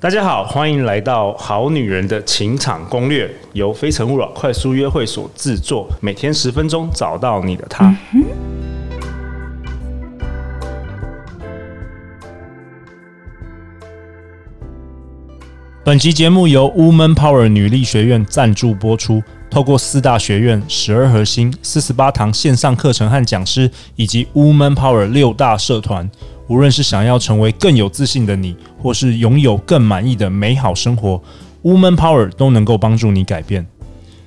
大家好，欢迎来到《好女人的情场攻略》，由非诚勿扰快速约会所制作，每天十分钟，找到你的他。本集节目由 Woman Power 女力学院赞助播出。透过四大学院、十二核心、四十八堂线上课程和讲师，以及 Woman Power 六大社团，无论是想要成为更有自信的你，或是拥有更满意的美好生活，Woman Power 都能够帮助你改变。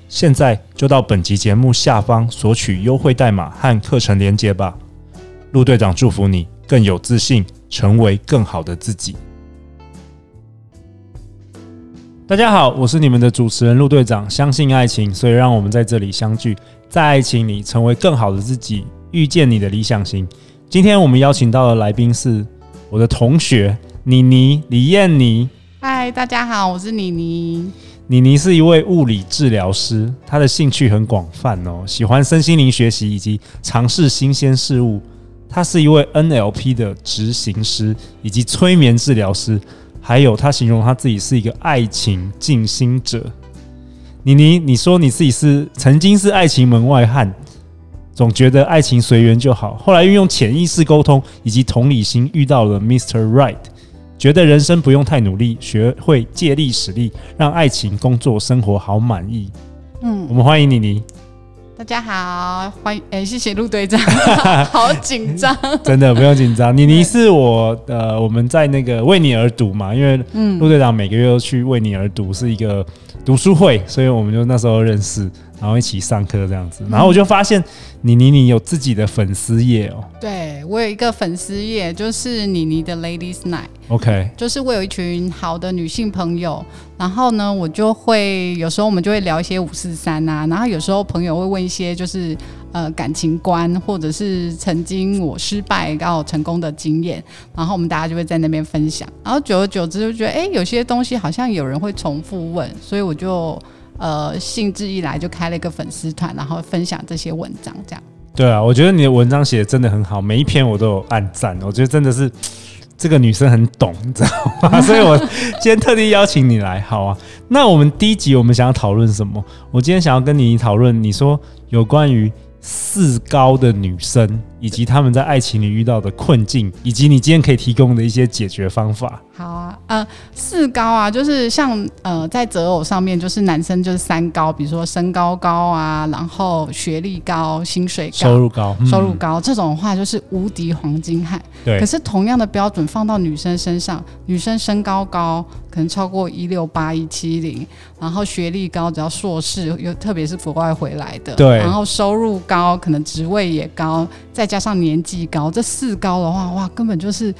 现在就到本集节目下方索取优惠代码和课程连结吧。陆队长祝福你更有自信，成为更好的自己。大家好，我是你们的主持人陆队长。相信爱情，所以让我们在这里相聚，在爱情里成为更好的自己，遇见你的理想型。今天我们邀请到的来宾是我的同学妮妮李燕妮。嗨，大家好，我是妮妮。妮妮是一位物理治疗师，她的兴趣很广泛哦，喜欢身心灵学习以及尝试新鲜事物。她是一位 NLP 的执行师以及催眠治疗师，还有她形容她自己是一个爱情静心者。妮妮，你说你自己是曾经是爱情门外汉，总觉得爱情随缘就好，后来运用潜意识沟通以及同理心遇到了 Mr. Right，觉得人生不用太努力，学会借力使力，让爱情、工作、生活好满意。我嗯，们欢迎妮 妮，大家好，欢迎，哎、谢谢陆队长，好紧张。真的不用紧张。妮妮是我呃，我们在那个为你而读嘛，因为陆嗯，队长每个月都去为你而读是一个读书会，所以我们就那时候认识，然后一起上课这样子。嗯然后我就发现妮妮你有自己的粉丝页哦对我有一个粉丝页，就是妮妮的 Ladies Night， ，OK，就是我有一群好的女性朋友，然后呢，我就会有时候我们就会聊一些五四三啊，然后有时候朋友会问一些就是呃感情观，或者是曾经我失败然后成功的经验，然后我们大家就会在那边分享，然后久而久之就觉得，哎，有些东西好像有人会重复问，所以我就。呃，兴致一来就开了一个粉丝团，然后分享这些文章，这样。对啊，我觉得你的文章写的真的很好，每一篇我都有暗赞，我觉得真的是这个女生很懂，你知道吗？所以我今天特地邀请你来，好啊。那我们第一集我们想要讨论什么？我今天想要跟你讨论，你说有关于四高的女生，以及她们在爱情里遇到的困境，以及你今天可以提供的一些解决方 法。好啊，呃，四高啊，就是像呃，在择偶上面，就是男生就是三高，比如说身高高啊，然后学历高、薪水高、收入高，嗯收入高这种的话，就是无敌黄金汉。对可，是同样的标准放到女生身上，女生身高高，可能超过一六八、一七零，然后学历高，只要硕士，又特别是国外回来的，对然后收入高，可能职位也高，再加上年纪高，这四高的话，哇，根本就是。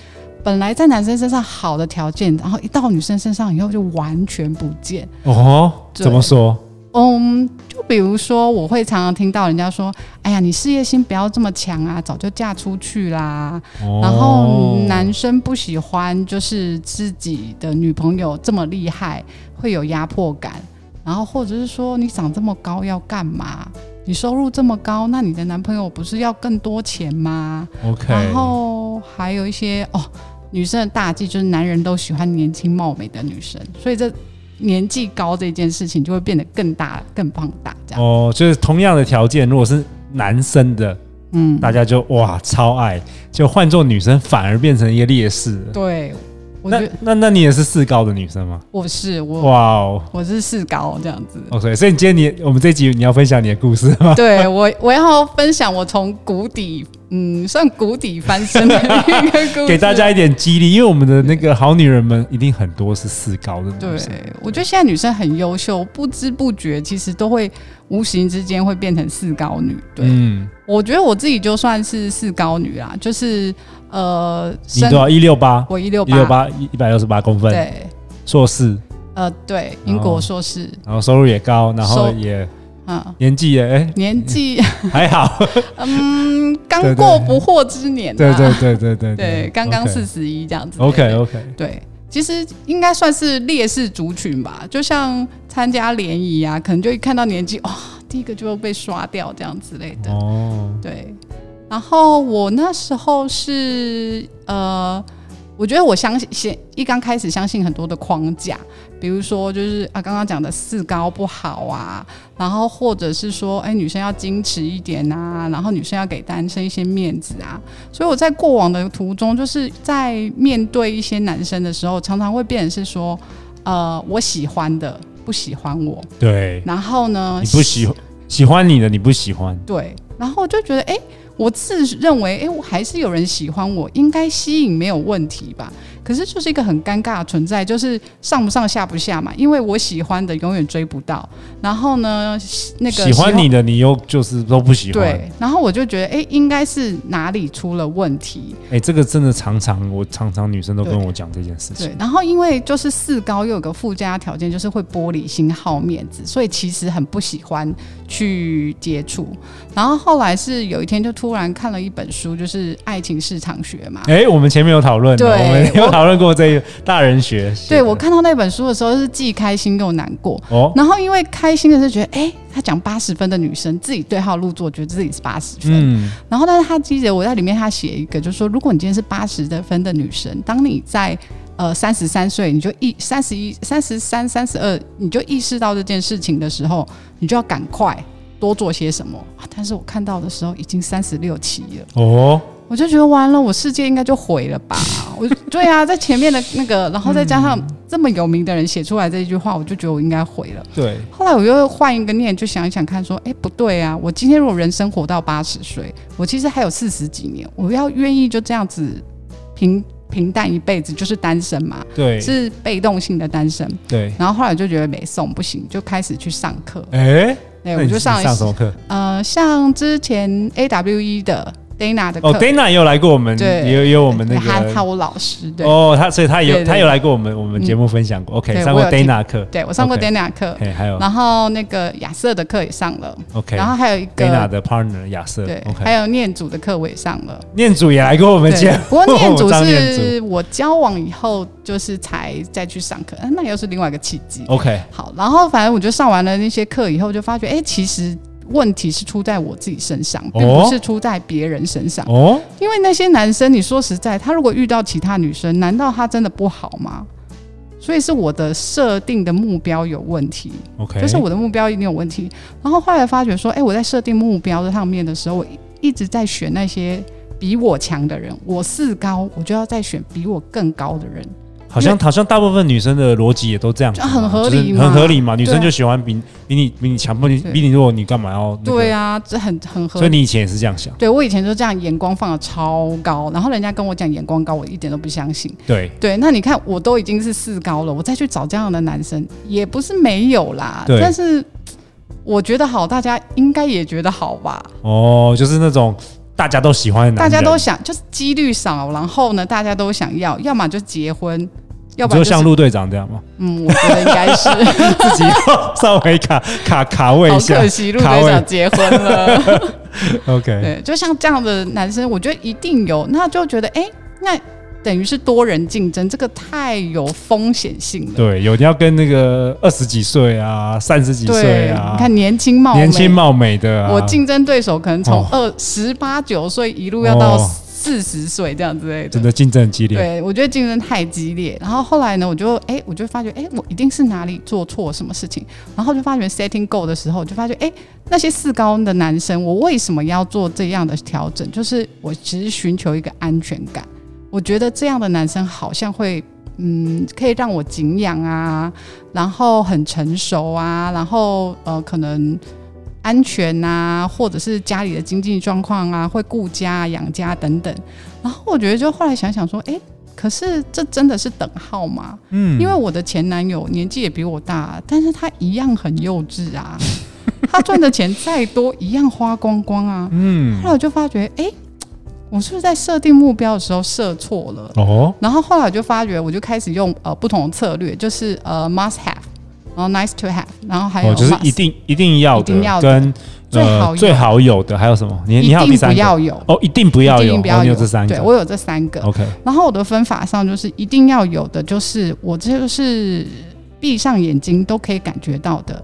本来在男生身上好的条件，然后一到女生身上以后就完全不见。哦，对怎么说？嗯，就比如说，我会常常听到人家说：“哎呀，你事业心不要这么强啊，早就嫁出去啦。”然后哦男生不喜欢就是自己的女朋友这么厉害，会有压迫感。然后或者是说你长这么高要干嘛？你收入这么高，那你的男朋友不是要更多钱吗？ OK，然后还有一些哦，女生的大忌就是男人都喜欢年轻貌美的女生，所以这年纪高这件事情就会变得更大、更放大这样。哦，就是同样的条件，如果是男生的。嗯，大家就哇超爱，就换做女生反而变成一个劣势了。对，我那觉得那那你也是四高的女生吗？我是我哇哦我是四高这样子。 ，OK，所以你今天你我们这一集你要分享你的故事 吗？对我，我要分享我从谷底，嗯，算谷底翻身的一个故事，给大家。一点激励，因为我们的那个好女人们一定很多是四高的对女生。，我觉得现在女生很优秀，不知不觉其实都会无形之间会变成四高女。对，嗯，我觉得我自己就算是四高女啦，就是呃，你身多少？一六八，我一六一六，八，一百六十八公分，对，硕士，呃，对，英哦国硕士，然后收入也高，然后收也嗯，年纪也哎、 年纪，还 好。嗯，刚对对过不惑之年、啊，对对对对对对，刚刚四十一这样子。 OK 哦 OK，对，其实应该算是劣势族群吧，就像参加联谊啊，可能就一看到年纪，哇、第一个就被刷掉这样之类的。哦，对，然后我那时候是呃我觉得我相信先一刚开始相信很多的框架，比如说就是啊刚刚讲的四高不好啊，然后或者是说哎女生要矜持一点啊，然后女生要给单身一些面子啊，所以我在过往的途中，就是在面对一些男生的时候，常常会变成是说，呃我喜欢的不喜欢我， 对，然后呢你不喜喜欢你的，你不喜欢，对，然后我就觉得，哎、我自认为，哎、我还是有人喜欢我，应该吸引没有问题吧？可是就是一个很尴尬的存在，就是上不上下不下嘛，因为我喜欢的永远追不到，然后呢，那个喜欢你的你又就是都不喜欢。对，然后我就觉得，哎、应该是哪里出了问题？哎、这个真的常常我常常女生都跟对我讲这件事情。对，然后因为就是四高又有个附加条件，就是会玻璃心、好面子，所以其实很不喜欢去接触。然后后来是有一天就突然看了一本书，就是《爱情市场学》嘛。哎、我们前面有讨论的，对我们有我讨论过这个大人学习的。对我看到那本书的时候是既开心又难过。哦，然后因为开心的是觉得，哎、他讲八十分的女生自己对号入座，觉得自己是八十分。嗯，然后，但是他记得我在里面他写一个，就是说，如果你今天是八十的分的女生，当你在呃三十三岁，你就意三十一、三十三、三十二，你就意识到这件事情的时候，你就要赶快多做些什么。啊但是我看到的时候已经三十六期了，哦，我就觉得完了，我世界应该就毁了吧？我对啊，在前面的那个，然后再加上这么有名的人写出来这一句话，我就觉得我应该毁了。对，后来我又换一个念，就想一想看，说，哎、不对啊！我今天如果人生活到八十岁，我其实还有四十几年，我要愿意就这样子平平淡一辈子，就是单身嘛，对，是被动性的单身。对。然后后来我就觉得没送不行，就开始去上课。哎、对，那我你就上你上什么课？呃，像之前 A W E 的 Dana 的课，哦，Dana 也有来过我们，对也有也有我们那他他个。我老师对。哦，他所以他对有对他有来过我们我们嗯节目分享过，OK，对上过我有听 Dana 课，对，我上过 OK Dana 课哎，还有然后那个亚瑟的课也上了 OK，然后还有一个 Dana 的 partner 亚瑟对，OK，还有念祖的课我也上了。念祖也来过我们节对，目，不过 念祖张念祖是我交往以后，就是才再去上课，啊那又是另外一个契机。 OK，好，然后反正我就上完了那些课以后，就发觉，哎、其实问题是出在我自己身上，并哦不是出在别人身上。哦，因为那些男生，你说实在，他如果遇到其他女生，难道他真的不好吗？所以是我的设定的目标有问题。 OK，就是我的目标一定有问题。然后后来发觉说，哎、我在设定目标的上面的时候，我一一直在选那些比我强的人。我四高，我就要再选比我更高的人。好像好像大部分女生的逻辑也都这样子嘛，就很合理就是嘛很合理嘛。女对啊生就喜欢比比你比你强，不你对啊比你弱，你干嘛要？对啊，啊，这很很合所以理。你以前也是这样想，对我以前就这样，眼光放的超高，然后人家跟我讲眼光高，我一点都不相信。对对，那你看我都已经是四高了，我再去找这样的男生也不是没有啦。对但是我觉得好，大家应该也觉得好吧？哦，就是那种大家都喜欢的男大人，家都想，就是几率少，然后呢，大家都想要，要么就结婚，要不你说然就是像陆队长这样吗？嗯，我觉得应 该是，好自己要稍微卡卡卡位一下可惜陆卡队位长结 婚了。 ，OK，对，就像这样的男生，我觉得一定有，那就觉得哎、那等于是多人竞争，这个太有风险性了。对，有你要跟那个二十几岁啊、三十几岁啊你，看年轻貌美，年轻貌美的啊，我竞争对手可能从哦二十八九岁一路要到哦四十岁这样之类的真。的竞争很激烈，对，我觉得竞争太激烈。然后后来呢，我就哎、我就发觉哎、我一定是哪里做错什么事情。然后就发觉 setting goal 的时候，就发觉哎、那些四高的男生，我为什么要做这样的调整？就是我只是寻求一个安全感。我觉得这样的男生好像会，嗯，可以让我敬仰啊，然后很成熟啊，然后呃，可能安全啊，或者是家里的经济状况啊，会顾家啊、养家等等。然后我觉得，就后来想想说，哎、可是这真的是等号吗？嗯因为我的前男友年纪也比我大，但是他一样很幼稚啊， 他赚的钱再多，一样花光光啊。嗯后来我就发觉，哎、我是不是在设定目标的时候设错了？哦然后后来我就发觉，我就开始用呃不同的策略，就是呃 must have，然后 nice to have，然后还有哦，就是 must 一定一定要一定的要的跟呃最好有最好有的还有什么？你你还有第一定三不个要有，哦，一定不要一有，定不要哦你有有这三对个我有这三个。 ，OK，然后我的分法上就是一定要有的，就是我这就是闭上眼睛都可以感觉到的，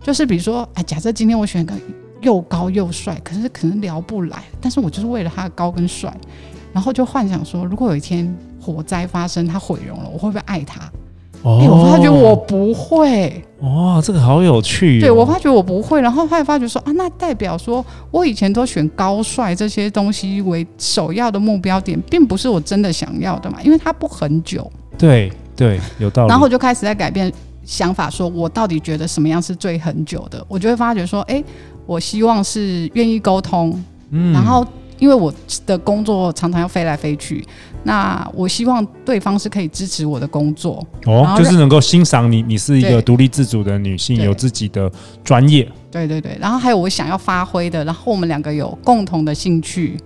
就是比如说，哎，假设今天我选一个又高又帅，可是可能聊不来，但是我就是为了他的高跟帅，然后就幻想说，如果有一天火灾发生，它毁容了，我会不会爱它？哦哎、我发觉我不会，哇，这个好有趣、哦。对我发觉我不会，然后后来发觉说啊，那代表说我以前都选高帅这些东西为首要的目标点，并不是我真的想要的嘛，因为它不很久。对对有道理。然后我就开始在改变想法，说我到底觉得什么样是最很久的？我就会发觉说，哎、我希望是愿意沟通，嗯然后因为我的工作常常要飞来飞去，那我希望对方是可以支持我的工作，然哦，后就让是能够欣赏你，你是一个对独立自主的女性，对有自己的专业。对对对，然后还有我想要发挥的，然后我们两个有共同的兴趣，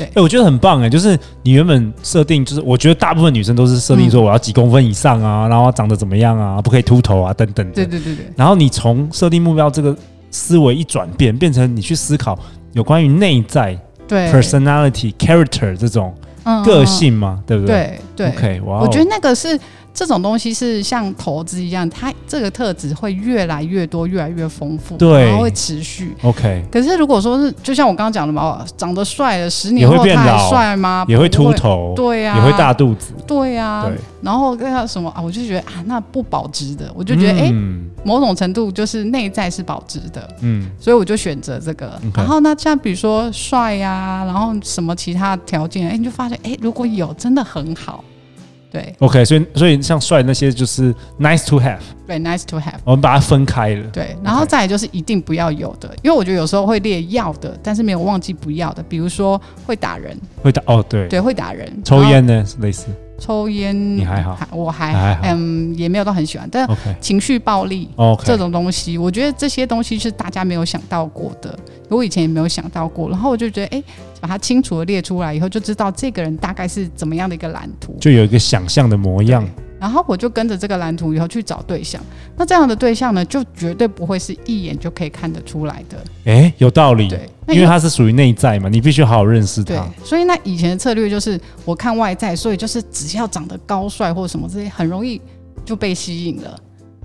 哎、我觉得很棒哎、就是你原本设定，就是我觉得大部分女生都是设定嗯说我要几公分以上啊，然后长得怎么样啊，不可以秃头啊等等的。对对对对然后你从设定目标这个思维一转变，变成你去思考有关于内在对， personality、character 这种嗯个，性嘛，对不嗯对？对对 OK，哇、哦我觉得那个是这种东西是像投资一样，它这个特质会越来越多，越来越丰富，对然后会持续。 OK，可是如果说是，就像我刚刚讲的嘛，长得帅了，十也年会后变他老还帅吗？也会啊不秃，头，对啊呀、也会大，肚子，对呀、对，然后那个什么啊，我就觉得啊，那不保值的，我就觉得哎、诶嗯某种程度就是内在是保值的，嗯，所以我就选择这个。 OK 然后那像比如说帅呀、然后什么其他条件，哎、你就发现哎、诶如果有真的很好，对 OK，所以所以像帅那些就是 nice to have，对，nice to have。我们把它分开了。对，然后 OK 再来就是一定不要有的，因为我觉得有时候会列要的，但是没有忘记不要的，比如说会打人，会打哦，对，对，会打人，抽然后烟呢类似抽烟，你还好我还还好嗯，也没有到很喜欢，但，OK 哦情绪暴力 OK，这种东西，我觉得这些东西是大家没有想到过的，我以前也没有想到过，然后我就觉得，哎、把它清楚的列出来以后，就知道这个人大概是怎么样的一个蓝图，就有一个想象的模样。然后我就跟着这个蓝图以后去找对象，那这样的对象呢，就绝对不会是一眼就可以看得出来的，哎，有道理，对，那因为它是属于内在嘛，你必须好好认识对它。，所以那以前的策略就是我看外在，所以就是只要长得高帅或什么这些，很容易就被吸引了。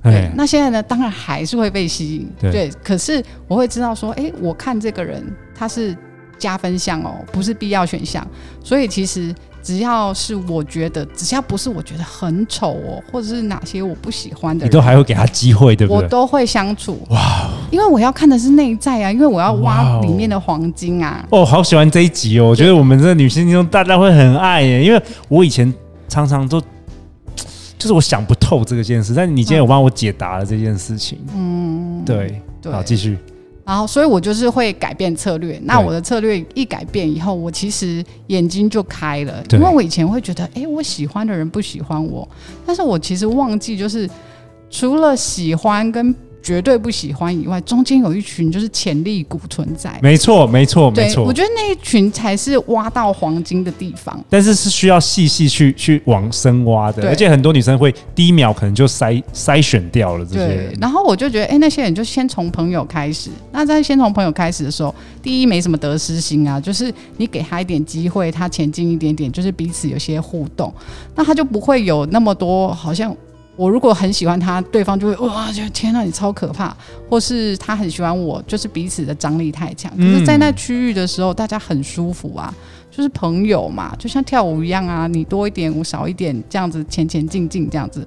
对哎，，那现在呢，当然还是会被吸引，对可是我会知道说，哎、我看这个人他是加分项哦，不是必要选项。所以其实只要是我觉得，只要不是我觉得很丑哦，或者是哪些我不喜欢的你人，都还会给他机会，对不我对？都会相处。哇，因为我要看的是内在啊，因为我要哇挖哦里面的黄金啊。哦，好喜欢这一集哦！我觉得我们这女性中大家会很爱耶，因为我以前常常都就是我想不透这个件事，但你今天有帮我解答了这件事情。嗯，对，对。好，继续。然后，所以我就是会改变策略。那对我的策略一改变以后，我其实眼睛就开了，对因为我以前会觉得，哎，我喜欢的人不喜欢我，但是我其实忘记，就是除了喜欢跟绝对不喜欢以外，中间有一群就是潜力股存在。没错，没错，没对，错我。觉得那一群才是挖到黄金的地方。但是是需要细细去去往深挖的，对而且很多女生会第一秒可能就筛筛选掉了这些对人，。然后我就觉得，哎、那些人就先从朋友开始。那在先从朋友开始的时候，第一没什么得失心啊，就是你给他一点机会，他前进一点点，就是彼此有些互动，那他就不会有那么多好像。我如果很喜欢他，对方就会哇，就天呐，你超可怕，或是他很喜欢我，就是彼此的张力太强。可嗯是，在那区域的时候，大家很舒服啊，就是朋友嘛，就像跳舞一样啊，你多一点，我少一点，这样子前前进进这样子。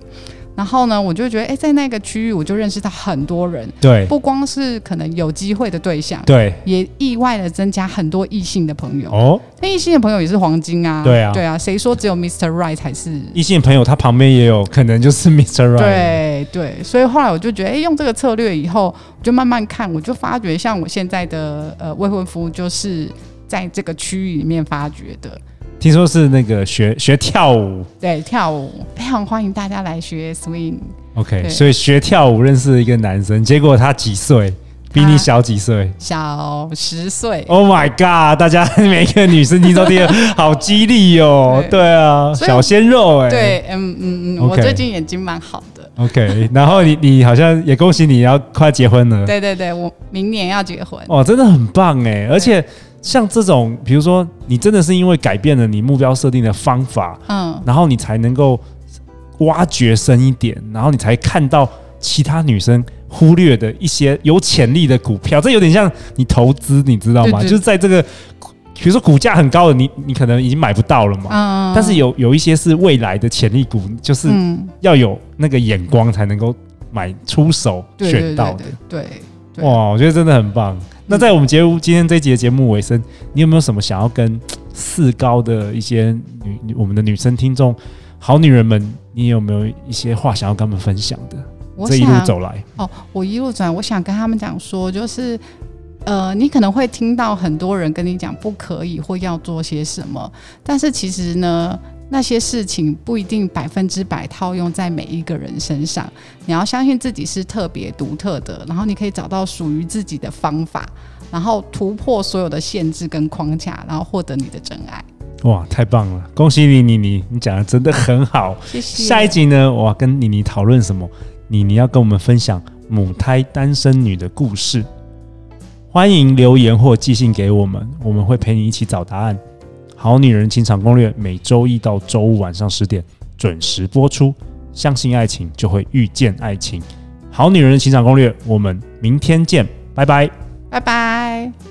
然后呢，我就觉得，哎、在那个区域，我就认识到很多人，对不光是可能有机会的对象，对也意外的增加很多异性的朋友。哦，那异性的朋友也是黄金啊，对啊对啊，谁说只有 Mr. Right 才是？异性朋友他旁边也有可能就是 Mr. Right，，对对，所以后来我就觉得，哎、用这个策略以后，我就慢慢看，我就发觉，像我现在的呃未婚夫，就是在这个区域里面发掘的。听说是那个学学跳舞对，跳舞非常欢迎大家来学 swing。 ，OK，对所以学跳舞认识了一个男生，结果他几岁？比你他小几岁小十岁， ？Oh my god！大家每个女生听说第二，好激励哦。对对啊，所以小鲜肉哎、对，嗯嗯嗯，我 OK 最近眼睛蛮好的。 OK，然后你你好像也恭喜你要快结婚了。对对对，我明年要结婚。哦，真的很棒哎！而且像这种，比如说你真的是因为改变了你目标设定的方法，嗯，然后你才能够挖掘深一点，然后你才看到其他女生忽略的一些有潜力的股票。这有点像你投资，你知道吗？对对就是在这个比如说股价很高的，你你可能已经买不到了嘛。嗯，但是有有一些是未来的潜力股，就是嗯，要有那个眼光才能够买出手嗯对选对到对的。对对，对啊哇，我觉得真的很棒。那在我们节目今天这一集的节目尾声，你有没有什么想要跟四高的一些女女我们的女生听众、好女人们，你有没有一些话想要跟他们分享的？我这一路想走来，哦，我一路转，我想跟他们讲说，就是呃，你可能会听到很多人跟你讲不可以或要做些什么，但是其实呢。那些事情不一定百分之百套用在每一个人身上，你要相信自己是特别独特的，然后你可以找到属于自己的方法，然后突破所有的限制跟框架，然后获得你的真爱。哇，太棒了！恭喜你，妮妮，你讲的真的很好。谢谢。下一集呢，我要跟妮妮讨论什么？妮妮要跟我们分享母胎单身女的故事。欢迎留言或寄信给我们，我们会陪你一起找答案。《好女人情场攻略》每周一到周五晚上十点准时播出。相信爱情，就会遇见爱情。《好女人情场攻略》，我们明天见，拜拜。拜拜。